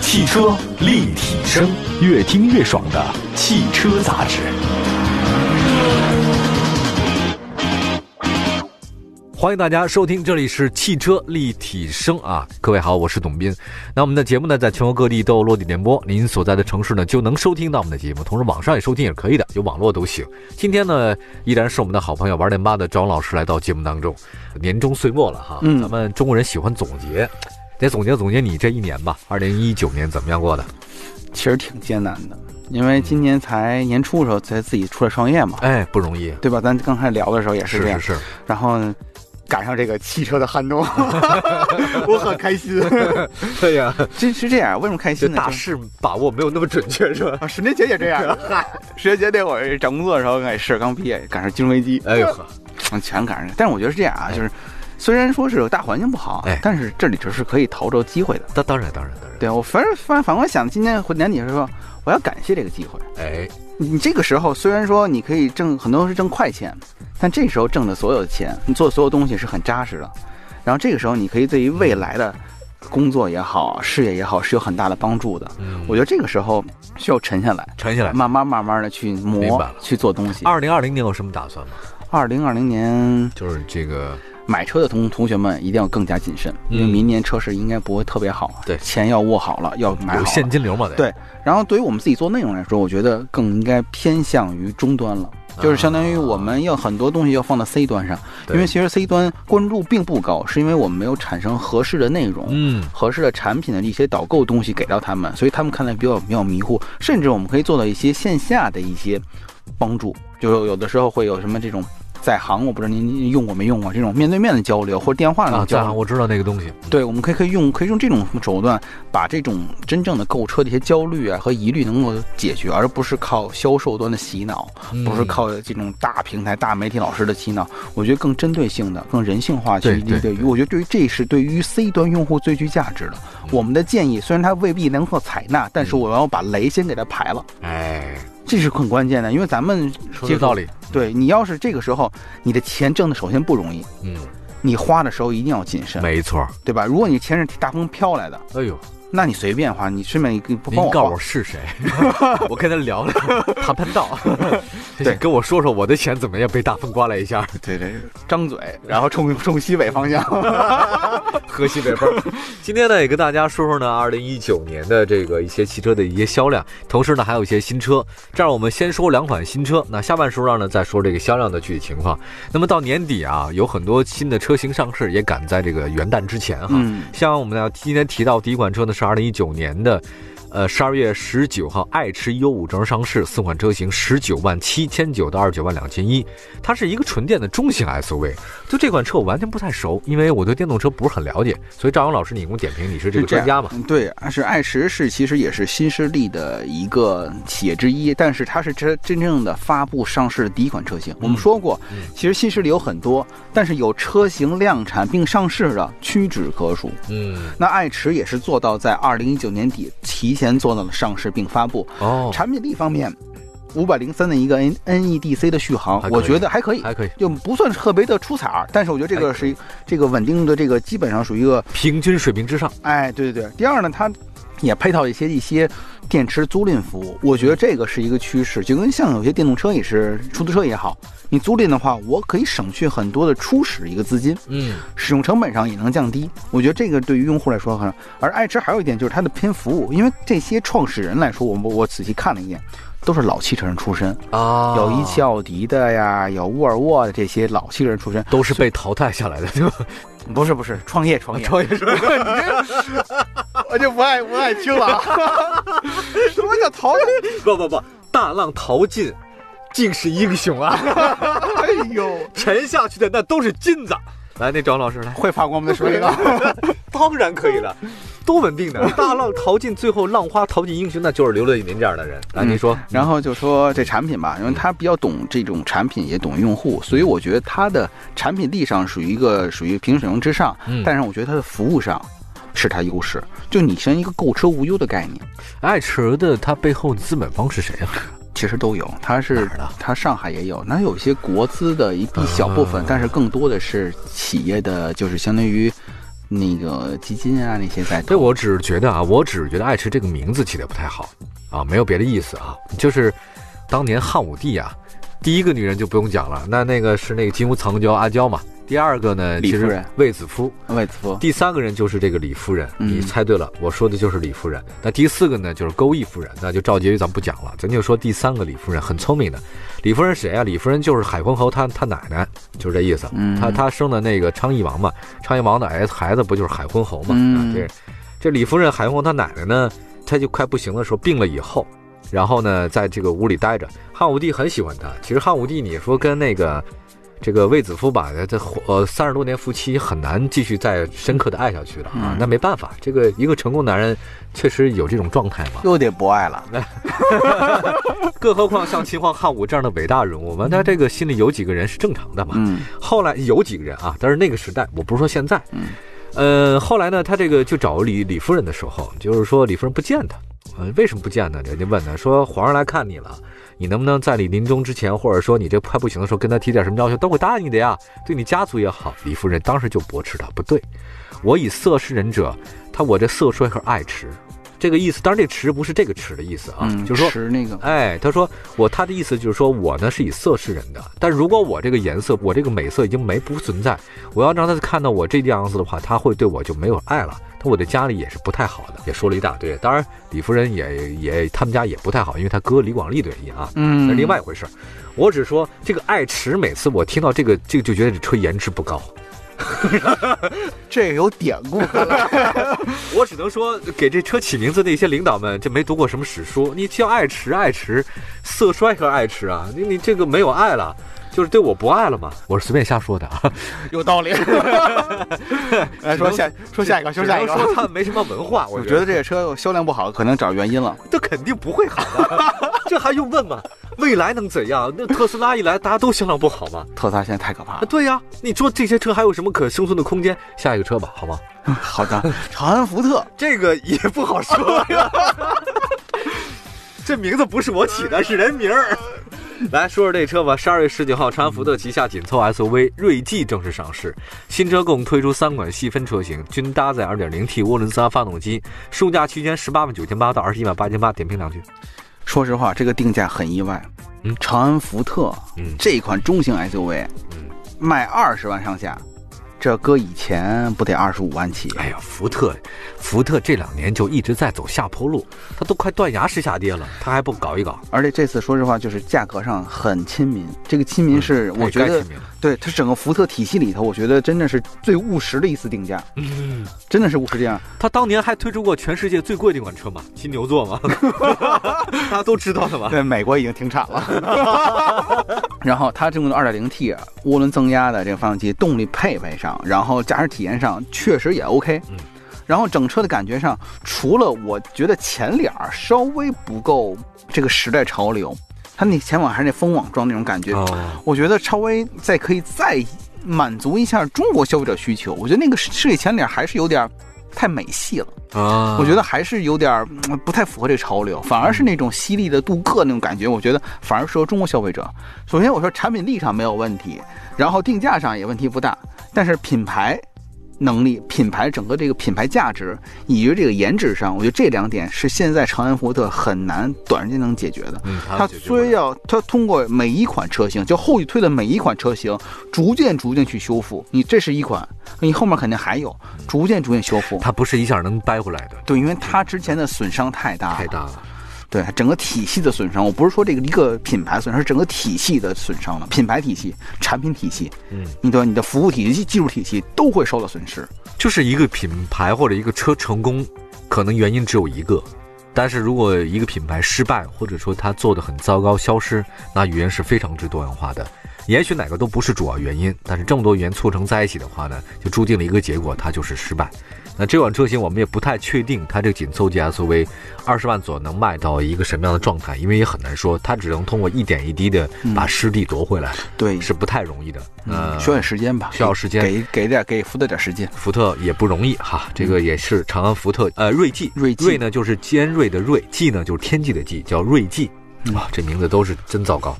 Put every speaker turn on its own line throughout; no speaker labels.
汽车立体声，越听越爽的汽车杂志。
欢迎大家收听，这里是汽车立体声啊！各位好，我是董斌。那我们的节目呢，在全国各地都有落地点播，您所在的城市呢就能收听到我们的节目，同时网上也收听也可以的，有网络都行。今天呢，依然是我们的好朋友玩点吧的张老师来到节目当中。年终岁末了哈，
嗯
咱们中国人喜欢总结，得总结总结你这一年吧，二零一九年怎么样过的？
其实挺艰难的，因为今年才年初的时候才自己出来创业嘛，
哎，不容易，
对吧？咱刚开始聊的时候也
是
是这
是
样，
是，
然后赶上这个汽车的 寒冬，我很开心。
对呀，
这是这样，为什么开
这
心呢？
大
就
势把握没有那么准确是吧？
啊，十年前也这样。十年前那会儿找工作的时候也是刚毕业，赶上金融危机，
哎呦呵，
嗯全赶上。但是我觉得是这样啊，就是虽然说是大环境不好
哎，
但是这里头是可以逃着机会的。
当当然当然当然，
对我反正反反过来想，今年回年底的时候，我要感谢这个机会。
哎，
你这个时候虽然说你可以挣很多是挣快钱，但这时候挣的所有的钱，你做的所有东西是很扎实的。然后这个时候你可以对于未来的工作也好、事业也好是有很大的帮助的。
嗯，
我觉得这个时候需要沉下来，
沉下来。
慢慢慢慢的去
明
磨
白了、
去做东西。
二零二零年有什么打算吗？
二零二零年
就是这个，
买车的同同学们一定要更加谨慎，因为
嗯
明年车市应该不会特别好。
对
钱要握好了，要买好
有
了。
现金流嘛？得
对然后对于我们自己做内容来说，我觉得更应该偏向于终端了，就是相当于我们要很多东西要放到 C 端上，
啊对
因为其实 C 端关注度并不高，是因为我们没有产生合适的内容。
嗯，
合适的产品的一些导购东西给到他们，所以他们看来比较比较迷糊，甚至我们可以做到一些线下的一些帮助，就有的时候会有什么这种在行，我不知道您您用过没用过这种面对面的交流或者电话
啊，
的
在
交
行
流。
我知道那个东西，
对，我们可以可以用可以用这种手段，把这种真正的购车的一些焦虑啊和疑虑能够解决，而不是靠销售端的洗脑，
嗯
不是靠这种大平台、大媒体老师的洗脑。我觉得更针对性的、更人性化去
对
应
对
对于，我觉得对于这是对于 C 端用户最具价值的。我们的建
嗯
议虽然它未必能够采纳，但是我要把雷先给它排了，
哎，
这是很关键的，因为咱们
说的有道。理，
对你要是这个时候你的钱挣的首先不容易，
嗯，
你花的时候一定要谨慎，
没错。
对吧？如果你钱是大风飘来的。
哎呦，
那你随便花，你顺便你不
您
帮我
告诉
花
我，是 谁，我跟他聊聊， 谈谈 道。
对
跟我说说我的钱怎么也被大风刮了一下，
对对，张嘴，然后冲 冲西北方向。
喝西北风。今天呢，也跟大家说说呢，二零一九年的这个一些汽车的一些销量，同时呢，还有一些新车。这样我们先说两款新车，那下半时段呢，再说这个销量的具体情况。那么到年底啊，有很多新的车型上市，也赶在这个元旦之前哈。
嗯，
像我们呢，今天提到第一款车呢是二零一九年的，呃，十二月十九号，爱驰 U 五正式上市，四款车型十九万七千九到二十九万两千一，它是一个纯电的中型 SUV。就这款车我完全不太熟，因为我对电动车不是很了解，所以赵阳老师你给我点评，你是这个专家嘛？
嗯对，是爱驰是其实也是新势力的一个企业之一，但是它是真真正的发布上市的第一款车型。我们说过，其实新势力有很多，但是有车型量产并上市的屈指可数。
嗯，
那爱驰也是做到在二零一九年底提前做到了上市并发布。
哦，
产品力方面，五百零三的一个 N NEDC 的续航
还，可以
我觉得还可以，
还可以，
就不算是特别的出彩儿，但是我觉得这个
还可
是这个稳定的这个基本上属于一个，
平均水平之上，
哎，对对对。第二呢，它也配套一些一些电池租赁服务，我觉得这个是一个趋势，就跟像有些电动车也是，出租车也好，你租赁的话，我可以省去很多的初始一个资金，
嗯，
使用成本上也能降低。我觉得这个对于用户来说很，而爱驰还有一点就是它的拼服务，因为这些创始人来说，我我仔细看了一眼，都是老汽车人出身，
啊，
有一汽奥迪的呀，有沃尔沃的这些老汽车人出身，
都是被淘汰下来的，对 吧？
不是不是创业创业，
赵岩说，
我就不爱不爱听了 啊。什么叫淘汰？
不不不，大浪淘尽，尽是英雄啊。
哎呦，
沉下去的那都是金子。来，那张老师来，
会发光我们的水 灵啊！
当然可以了， 多稳定的！大浪淘尽，最后浪花淘尽英雄，那就是刘乐您这样的人。来，您说，
然后就说这产品吧，因为他比较懂这种产品，也懂用户，所以我觉得它的产品力上属于一个属于平水平之上，
嗯
但是我觉得它的服务上是它优势，就你像一个购车无忧的概念。
爱驰的他背后的资本方是谁啊？
其实都有，它是
哪儿的
它上海也有，那有一些国资的一一小部分，
啊
但是更多的是企业的，就是相当于那个基金啊那些在投。
对，我只是觉得啊，我只是觉得爱驰这个名字起的不太好啊，没有别的意思啊，就是当年汉武帝啊，第一个女人就不用讲了，那那个是那个金屋藏娇阿娇嘛，第二个呢
李
其
夫
实
人
卫子夫，
卫子夫，
第三个人就是这个李夫人，
嗯
你猜对了，我说的就是李夫人。那第四个呢，就是钩弋夫人，那就赵婕妤咱不讲了，咱就说第三个李夫人很聪明的。李夫人谁啊？李夫人就是海昏侯他他奶奶，就是这意思。
嗯
他他生的那个昌邑王嘛，昌邑王的儿孩子不就是海昏侯嘛？
嗯
啊，这这李夫人海昏侯他奶奶呢，她就快不行的时候病了以后，然后呢，在这个屋里待着。汉武帝很喜欢她。其实汉武帝，你说跟那个这个卫子夫吧，这呃三十多年夫妻很难继续再深刻的爱下去了啊
嗯。
那没办法，这个一个成功男人确实有这种状态嘛。
又得博爱了。
更何况像秦皇汉武这样的伟大人物嘛，他这个心里有几个人是正常的嘛。
嗯
后来有几个人啊，但是那个时代，我不是说现在，
嗯，
呃，后来呢，他这个就找李李夫人的时候，就是说李夫人不见他，呃，为什么不见呢？人家问他说，皇上来看你了，你能不能在你临终之前，或者说你这快不行的时候，跟他提点什么要求，都会答应你的呀，对你家族也好。李夫人当时就驳斥他，不对，我以色侍人者，他我这色衰和爱弛，这个意思，当然这弛不是这个弛的意思啊，
嗯，
就是说
吃那个，
哎，他说我他的意思就是说我呢是以色示人的，但如果我这个颜色，我这个美色已经没不存在，我要让他看到我这样子的话，他会对我就没有爱了。他我的家里也是不太好的，也说了一大堆。当然，李夫人也也他们家也不太好，因为他哥李广利对立啊，那是
嗯，
另外一回事儿。我只说这个爱迟，每次我听到这个这个就觉得这车颜值不高。
这个有典故看来。
我只能说，给这车起名字那些领导们，这没读过什么史书。你叫爱驰，爱驰，色衰和爱驰啊，你你这个没有爱了，就是对我不爱了嘛。我是随便瞎说的啊，
有道 理。来哎说下说下一个，说下一
只能
个。
说他没什么文化，我
我
觉
觉
得
得这个车销量不好，可能找原因了。
这肯定不会好 的，这还用问吗？未来能怎样？那特斯拉一来，大家都销量不好吗？
特斯拉现在太可怕
啊，
了。
对呀、你说这些车还有什么可生存的空间？下一个车吧，好吗？
好的，长安福特，
这个也不好说呀。这名字不是我起的，是人名儿。来说说这车吧，十二月十九号，长安福特旗下紧凑 SUV 锐际正式上市。新车共推出三款细分车型，均搭载 2.0T 涡轮增压发动机，售价区间十八万九千八到二十一万八千八。点评两句。
说实话，这个定价很意外。
嗯
长安福特
嗯
这款中型 SUV，
嗯
卖二十万上下，这搁以前不得二十五万起？
哎呀，福特，福特这两年就一直在走下坡路，它都快断崖式下跌了，它还不搞一搞？
而且这次说实话，就是价格上很亲民。这个亲民嗯是我觉
太
得
嗯亲，民了
对它整个福特体系里头，我觉得真的是最务实的一次定价，
嗯。
真的是务实定价。
他当年还推出过全世界最贵的一款车嘛，金牛座 嘛，大家都知道的嘛。
对，美国已经停产了。 然后它这种二点零 T 涡轮增压的这个发动机，动力配备上，然后驾驶体验上确实也 OK。
嗯。
然后整车的感觉上，除了我觉得前脸儿稍微不够这个时代潮流，它那前网还是那风网装那种感觉，
哦，
我觉得稍微再可以再满足一下中国消费者需求。我觉得那个设计前脸还是有点儿太美系了。
啊
我觉得还是有点儿嗯不太符合这潮流，反而是那种犀利的镀铬那种感觉，我觉得反而适合中国消费者。首先，我说产品力上没有问题，然后定价上也问题不大，但是品牌能力、品牌整个这个品牌价值以及这个颜值上，我觉得这两点是现在长安福特很难短时间能解决的。
嗯，
它虽要它通过每一款车型，就后续推的每一款车型，逐渐逐渐去修复。你这是一款，你后面肯定还有，逐渐逐渐修复。
他不是一下能掰回来的，
对，因为它之前的损伤太大了，
太大了。
对整个体系的损伤。我不是说这个一个品牌损伤，是整个体系的损伤了，品牌体系、产品体系，
嗯，
你对吧你的服务体系、技术体系都会受到损失。
就是一个品牌或者一个车成功，可能原因只有一个。但是如果一个品牌失败，或者说它做的很糟糕、消失，那语言是非常之多元化的。也许哪个都不是主要原因，但是这么多元促成在一起的话呢，就注定了一个结果，它就是失败。那这款车型我们也不太确定，它这个紧凑级 SUV 二十万左右能卖到一个什么样的状态，因为也很难说，它只能通过一点一滴的把失地夺回来，
对，嗯
是不太容易的。呃，
需要点时间吧，
需要时间
给给点给福特点时间。
福特也不容易哈，这个也是长安福特呃锐际，
嗯锐际
锐呢
嗯
啊 就是尖锐的锐，际呢就是天际的际，叫锐际。哇、这名字都是真糟糕。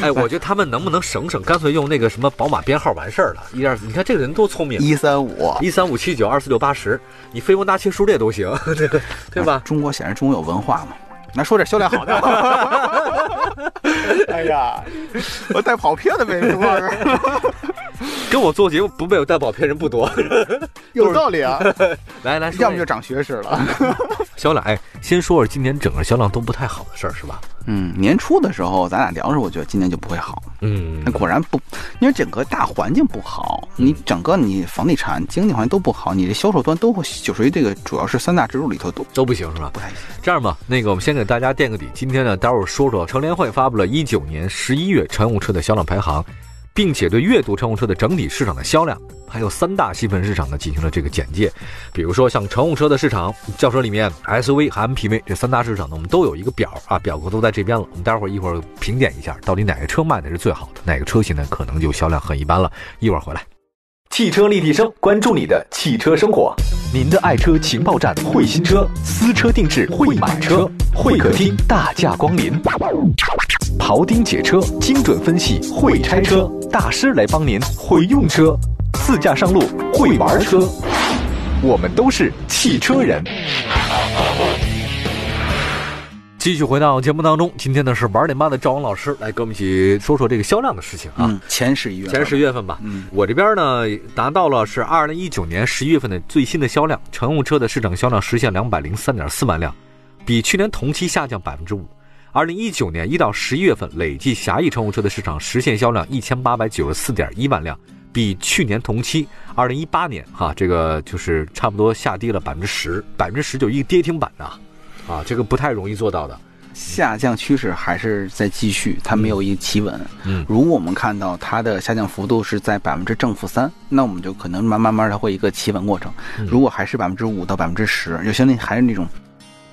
哎，我觉得他们能不能省省，干脆用那个什么宝马编号完事儿了？一二，你看这个人多聪明，
一三五，
一三五七九二四六八十，你飞翁搭切数列都行， 对对吧？
中国显然中国有文化嘛。来说点销量好的。 哎呀，我带跑偏的没说，
跟我做节目不被我带跑骗人不多。
有道理啊。
来来，说
要么就长学识了。
销量，哎，先说说今年整个销量都不太好的事儿是吧？
嗯，年初的时候咱俩聊的时候，我觉得今年就不会好。
嗯
那果然不，因为整个大环境不好，你
嗯
整个你房地产、经济环境都不好，你这销售端都会就属于这个主要是三大支柱里头都
都不行是吧？
不太行。啊
这样吧，那个我们先给大家垫个底。今天呢，待会儿说说乘联会发布了一九年十一月乘用车的销量排行，并且对阅读乘用车的整体市场的销量，还有三大细分市场呢进行了这个简介。比如说像乘用车的市场，轿车里面 SUV 和 MPV 这三大市场呢，我们都有一个表啊，表格都在这边了。我们待会儿一会儿评点一下，到底哪个车卖的是最好的，哪个车型呢可能就销量很一般了。一会儿回来。
汽车立体声，关注你的汽车生活，您的爱车情报站，会新车，私车定制，会买车，会客厅大驾光临，庖丁解车，精准分析，会拆车，大师来帮您，会用车，自驾上路，会玩车，我们都是汽车人。
继续回到节目当中，今天呢是玩点吧的赵王老师来跟我们一起说说这个销量的事情啊。
嗯，前十一月，
前十月份吧，
嗯
我这边呢达到了是二零一九年十一月份的最新的销量，乘用车的市场销量实现两百零三点四万辆，比去年同期下降百分之五。二零一九年一到十一月份累计狭义乘用车的市场实现销量一千八百九十四点一万辆，比去年同期二零一八年哈、这个就是差不多下跌了百分之十，百分之十就一个跌停板啊，啊，这个不太容易做到的。
下降趋势还是在继续，它没有一企稳。
嗯
如果我们看到它的下降幅度是在百分之正负三，那我们就可能慢慢慢它会一个企稳过程。
嗯
如果还是百分之五到百分之十，就相当于还是那种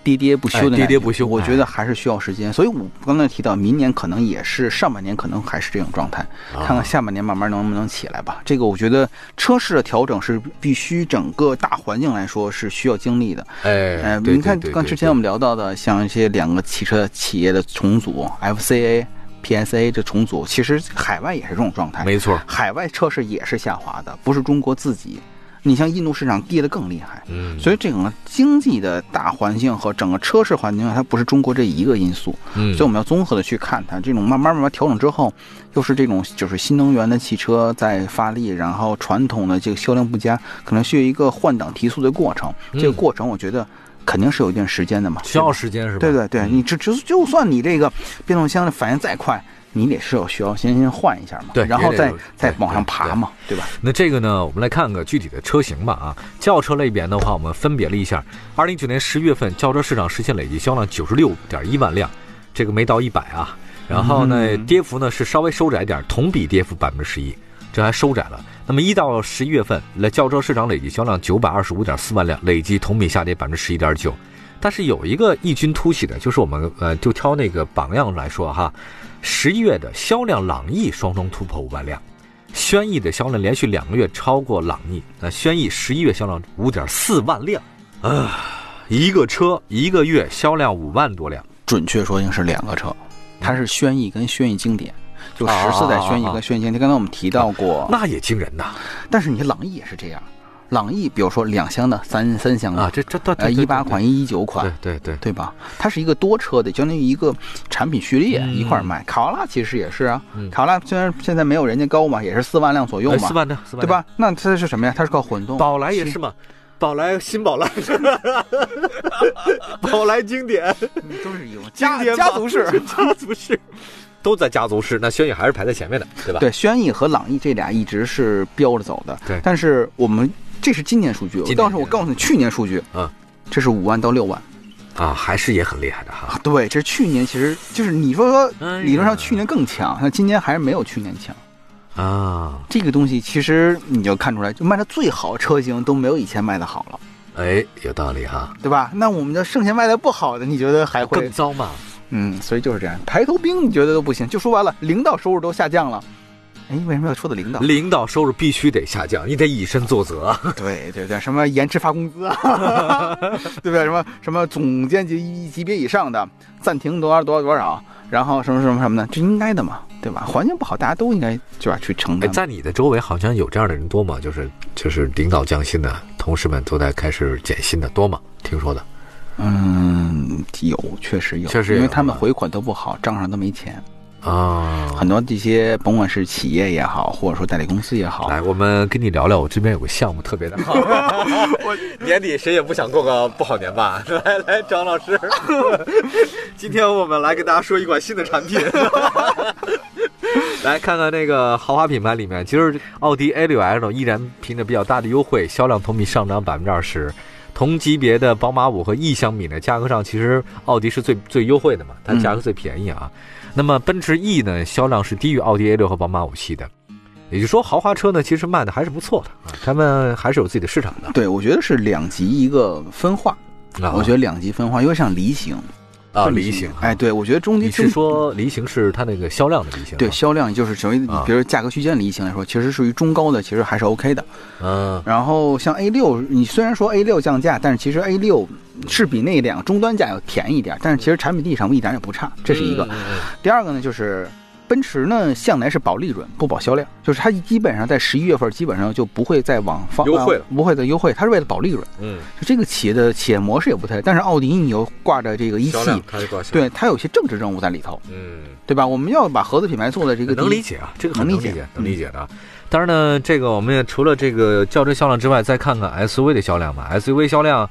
跌跌不休的
哎
感觉、
跌跌不休
我
哎
觉得还是需要时间。所以我刚才提到，明年可能也是上半年可能还是这种状态，
啊
看看下半年慢慢能不能起来吧。这个我觉得车市的调整是必须整个大环境来说是需要经历的。
哎
呃，
对
你看，
对对
刚
对
之前我们聊到的，像一些两个汽车企业的重组，FCA、PSA 这重组，其实海外也是这种状态。
没错，
海外车市也是下滑的，不是中国自己。你像印度市场跌得更厉害，
嗯，
所以整个经济的大环境和整个车市环境，啊它不是中国这一个因素，
嗯
所以我们要综合的去看它。这种慢慢慢慢调整之后，又是这种就是新能源的汽车在发力，然后传统的这个销量不佳，可能需要一个换挡提速的过程。
嗯
这个过程我觉得肯定是有一定时间的嘛，
需要时间是吧？
对对对，
嗯
你这就就算你这个变速箱的反应再快，你得是有需要先先换一下嘛，
对
然
也
后
得
再
有
再
对
往上
对
爬
对
嘛，对吧？
那这个呢，我们来看个具体的车型吧啊。轿车类别的话，我们分别了一下，二零一九年十月份轿车市场实现累计销量九十六点一万辆，这个没到一百啊。然后呢，跌幅呢是稍微收窄点儿，同比跌幅百分之十一，这还收窄了。那么一到十一月份，来轿车市场累计销量九百二十五点四万辆，累计同比下跌百分之十一点九。但是有一个异军突起的，就是我们呃，就挑那个榜样来说哈，十一月的销量朗逸双双突破五万辆，轩逸的销量连续两个月超过朗逸，那轩逸十一月销量五点四万辆啊，一个车一个月销量五万多辆，
准确说应该是两个车，它是轩逸跟轩逸经典，
嗯
就
啊
十四代轩逸
啊啊啊
跟轩逸经典。刚才我们提到过，
那也惊人呐
但是你朗逸也是这样，朗逸比如说两厢的、三三厢
啊，这
的，
这这
呃，一八，款、一九款
对，对对，
对吧？它是一个多车的，相当于一个产品序列
嗯
一块儿卖。卡罗拉其实也是啊
嗯，
卡罗拉虽然现在没有人家高嘛，也是四万辆左右
哎
嘛
四，万辆，四万
对吧？那它是什么呀？它是靠混
辆？。
动
宝来也是嘛，宝来新 宝来，宝来经典。
都是有
经典版 家族式，都在家族式。那轩逸还是排在前面的，对吧？
对，轩逸和朗逸这俩一直是标着走的。
对
但是我们这是今年数据，我
今年
当时我告诉你去年数据，
嗯，
这是五万到六万。
啊，还是也很厉害的哈。
对，这去年其实就是你
哎
说
呀
说理论上去年更强，那今年还是没有去年强。
啊，
这个东西其实你就看出来，就卖的最好的车型都没有以前卖的好了，
哎，有道理哈。
对吧？那我们的剩下卖的不好的，你觉得还
更
会？
糟嘛？
嗯，所以就是这样，排头兵你觉得都不行，就说白了，领导收入都下降了。哎，为什么要说的领导？
领导收入必须得下降，你得以身作则。
对对对，什么延迟发工资 啊，对不对？什么什么总监级一级别以上的暂停多少多少多少，然后什么什么什么的，这应该的嘛，对吧？环境不好，大家都应该对吧去承
哎，
担。
在你的周围好像有这样的人多吗？就是就是领导降薪的，同事们都在开始减薪的多吗？听说的。
嗯，有，确实有，
确实有
因为他们
啊
回款都不好，账上都没钱。
啊，
很多这些，甭管是企业也好，或者说代理公司也好，
来，我们跟你聊聊，我这边有个项目特别的 好。 年底谁也不想过个不好年吧？ 来来，张老师， 今天我们来给大家说一款新的产品。来看看那个豪华品牌里面，其实奥迪 A 六 L 依然凭着比较大的优惠，销量同比上涨百分之二十。同级别的宝马五和 E 相比呢，价格上其实奥迪是最最优惠的嘛，它价格最便宜啊。
嗯
那么奔驰 E 呢，销量是低于奥迪 A 六和宝马五系的，也就是说豪华车呢，其实卖的还是不错的啊，他们还是有自己的市场的。
对我觉得是两级一个分化。
啊
嗯我觉得两极分化，有点像梨形
啊，
分
梨
型
形，
哎，，对我觉得中
你
间
是说梨形是它那个销量的梨形？
对，销量就是属于，你
啊
比如价格区间梨形来说，其实属于中高的，其实还是 OK 的。
嗯，
然后像 A 六，你虽然说 A 六降价，但是其实 A 六是比那两个终端价要便宜一点，但是其实产品力上一点也不差，这是一个。
嗯，嗯
第二个呢，就是奔驰呢向来是保利润不保销量，就是它基本上在十一月份基本上就不会再往放
优惠了
啊不会再优惠，它是为了保利润。
嗯，嗯
就这个企业的企业模式也不太，但是奥迪你又挂着这个一
销
汽
量，它是多少？，
对它有一些政治任务在里头，
嗯。
对吧？我们要把合资品牌做的这个
能
第一
理解啊，这个很
能
能
理解
解，
嗯
能理解的啊。当然呢，这个我们也除了这个轿车销量之外，再看看 SUV 的销量吧。SUV 销量，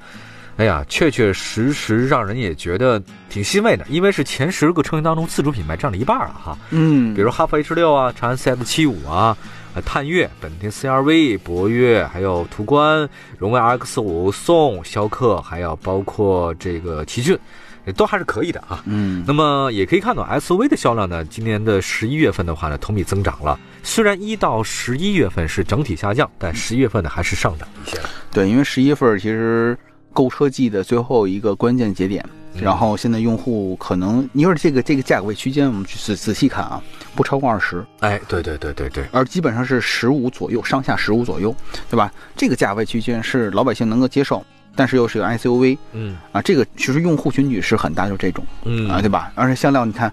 哎呀，确确实实让人也觉得挺欣慰的，因为是前十个车型当中自主品牌占了一半了哈。
嗯，
比如哈弗 H 六啊、长安 CS 七五啊、呃探岳、本田 CRV、博越，还有途观、荣威 RX 五、宋、逍客，还有包括这个奇骏，也都还是可以的啊。
嗯
那么也可以看到 SUV 的销量呢，今年的十一月份的话呢，同比增长了。虽然一到十一月份是整体下降，但十一月份呢还是上涨一些的。
对，因为十一月份儿其实购车季的最后一个关键节点，
嗯
然后现在用户可能因为这个这个价位区间，我们去仔仔细看啊，不超过二十，
哎，对对对对对，
而基本上是十五左右，上下十五左右，对吧？这个价位区间是老百姓能够接受，但是又是个 SUV
嗯
啊，这个其实用户群体是很大，就这种
嗯
啊，对吧？而且向量你看，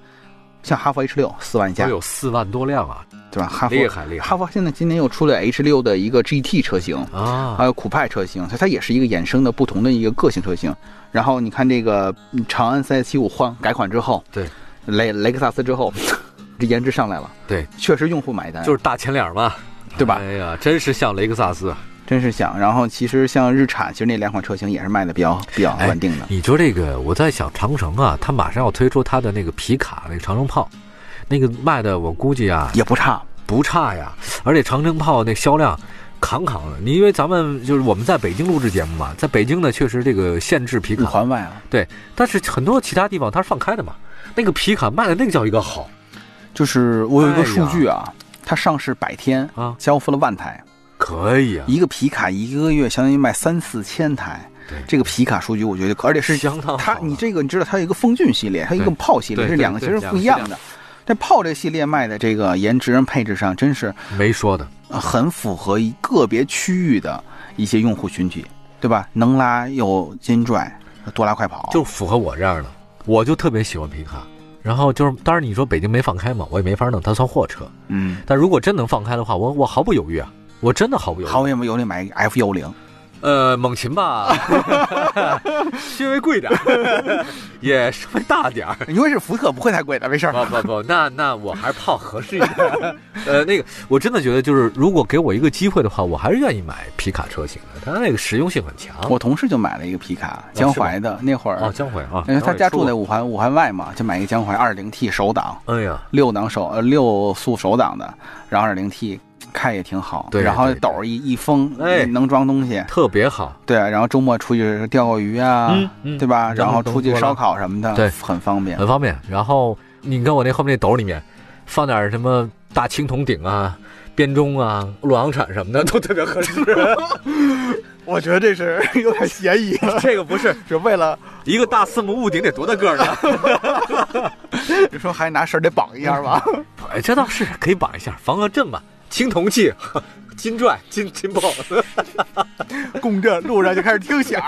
像哈弗 H 六四万
都
加，
有四万多辆啊，
对吧？哈弗
厉害厉害
哈弗现在今年又出了 H 六的一个 GT 车型，还
啊！
有酷派车型，它它也是一个衍生的不同的一个个性车型。然后你看这个嗯长安 CS 七五换改款之后，
对，
雷雷克萨斯之后， 这颜值上来了，
对，
确实用户买单，
就是大前脸嘛，
对吧
哎呀，真是像雷克萨斯啊。
真是想。然后其实像日产，其实那两款车型也是卖的比较比较
哎
稳定的。
你说这个，我在想长城啊，它马上要推出它的那个皮卡，那个长城炮，那个卖的我估计啊
也不差，
不差呀，而且长城炮那销量扛扛的。你因为咱们就是我们在北京录制节目嘛，在北京呢确实这个限制皮
五
卡，
环外啊，
对，但是很多其他地方它是放开的嘛，那个皮卡卖的那个叫一个好
就是我有一
哎
个
呀
数据啊，它上市百天
啊
交付了万台，
可以啊，
一个皮卡一个月相当于卖三四千台
对。
这个皮卡数据，我觉得可，而且是
相当
它
好，
你这个你知道，它有一个风骏系列，还有一个
对
炮系列，
对
这
对
两个其
对
实
两
不
个
一
系
样
列
的。这炮这系列卖的这个颜值配置上，真是
没说的，
呃很符合一个别区域的一些用户群体，对吧？能拉又金拽，多拉快跑，
就符合我这样的，我就特别喜欢皮卡。然后就是，当然你说北京没放开嘛，我也没法弄，它算货车。
嗯，
但如果真能放开的话，我我毫不犹豫啊，我真的毫不犹豫。
毫无有里买 F 幺零，
呃，猛禽 吧，稍微贵点儿，也稍微大点儿。
因为是福特，不会太贵的，没事儿。
不不不，那那我还是泡合适一 点。呃，那个我真的觉得，就是如果给我一个机会的话，我还是愿意买皮卡车型的，它那个实用性很强。
我同事就买了一个皮卡，江淮的，那会
啊哦，
儿，
江淮啊，
因为他家住
江
在
淮
五环五环外嘛，就买一个江淮二零 T 手挡，
说过。哎呀，
六档手呃六速手挡的，然后二零 T 开也挺好，
对
然后
对对
斗儿一一封，
哎
能装东西，
特别好。
对，然后周末出去钓个鱼啊，
嗯嗯
对吧？然
然后
后出去
都多了
烧烤什么的，
对呃
很方便。
很方便。然后你看我那后面那斗里面，放点什么大青铜鼎啊、编钟啊、洛阳铲什么的，都特别合 适。
我觉得这是有点嫌疑，
这个不是
是为了
一个大四目雾顶得多大个儿呢？
你说还拿绳得绑一下 吧？
哎，这倒是可以绑一下，防个震嘛，青铜器。金拽、金金豹，
共振路上就开始听响，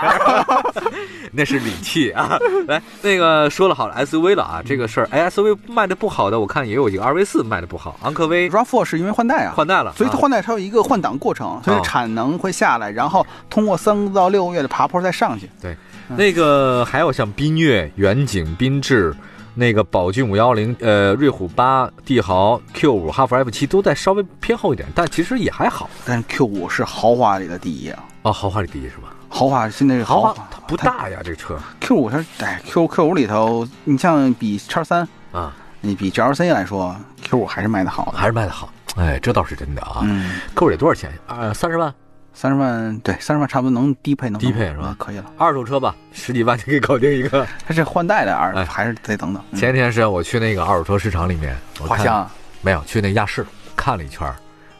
那是理气啊。来，那个说了好了 SUV 了啊，这个事儿，哎，SUV 卖的不好的，我看也有一个 RV 四卖的不好，昂科威
RAV4 是因为换代啊，
换啊代了，
所以它
啊
换代它有一个换挡过程，所以产能会下来，然后通过三到六个月的爬坡再上去。
对，那个还有像缤越、远景、缤智，那个宝骏五幺零、呃，瑞虎八、帝豪、Q 五、哈弗 F 七都在稍微偏后一点，但其实也还好
但是 Q 五是豪华里的第一啊，
哦，豪华里第一是吧？
豪华现在是豪
华
华
它不大呀，这车
Q 五它哎 Q Q 五里头，你像比叉三，
啊，
你比 GLC 来说，Q 五还是卖的好的。
还是卖的好，哎，这倒是真的啊。
嗯，
扣得多少钱？呃，三十万，
三十万对，三十万差不多能低配能
低配是吧
嗯可以了。
二手车吧，十几万就可以搞定一个。
它这换代的
哎
啊，还是得等等。嗯
前一天时啊间我去那个二手车市场里面，我
华
看
夏
没有去那亚市看了一圈儿，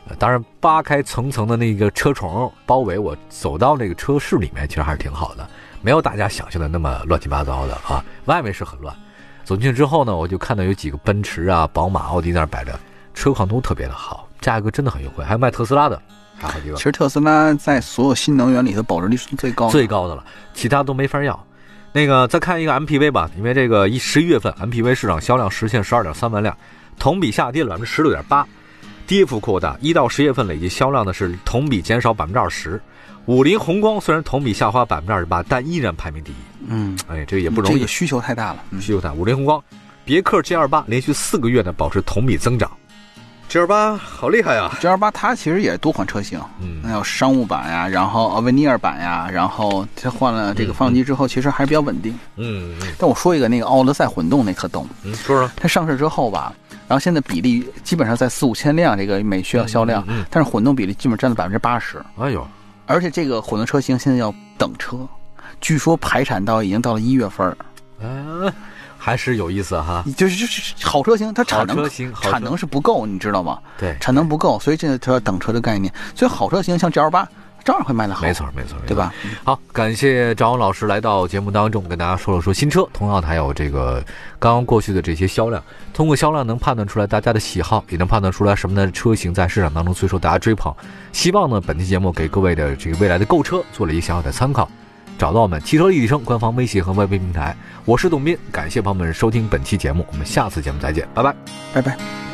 呃当然扒开层层的那个车虫包围我，走到那个车市里面，其实还是挺好的，没有大家想象的那么乱七八糟的啊。外面是很乱，走进去之后呢，我就看到有几个奔驰啊、宝马、奥迪那儿摆着，车况都特别的好，价格真的很优惠，还有卖特斯拉的，还有好几个
其实特斯拉在所有新能源里头保值率是最高的，
最高的了，其他都没法要。那个再看一个 MPV 吧，因为这个一十一月份 MPV 市场销量实现十二点三万辆，同比下跌了百分之十六点八，跌幅扩大。一到十月份累计销量呢是同比减少百分之二十。五菱宏光虽然同比下滑百分之二十八，但依然排名第一。
嗯，
哎，这个也不容
这
易
个，需求太大了。嗯，
需求它。五菱宏光、别克 G 二八连续四个月呢保持同比增长。G 二八好厉害啊呀！
G 二八它其实也多款车型，
嗯
那有商务版呀，然后阿维尼尔版呀，然后它换了这个发动机之后，其实还是比较稳定。
嗯嗯
但我说一个那个奥德赛混动那可逗，
嗯，说说
它上市之后吧，然后现在比例基本上在四五千辆这个每需要销量，
嗯，
但是混动比例基本占了百分之八十，
嗯哎呦，
而且这个混动车型现在要等车，据说排产到已经到了一月份儿，
嗯，还是有意思哈。
就是就是好车型它
好
产
车
能
型，好车
产能是不够，你知道吗？
对，
产能不够，所以这就是等车的概念。所以好车型像 G L 八照样会卖得好，
没，错没错，没错
对？吧？
好，感谢张勇老师来到节目当中，跟大家说了说新车，同样还有这个刚刚过去的这些销量，通过销量能判断出来大家的喜好，也能判断出来什么样的车型在市场当中最受大家追捧。希望呢，本期节目给各位的这个未来的购车做了一个小小的参考。找到我们汽车立体声官方微信和外微平台，我是董斌，感谢朋友们收听本期节目，我们下次节目再见，拜拜。
拜拜。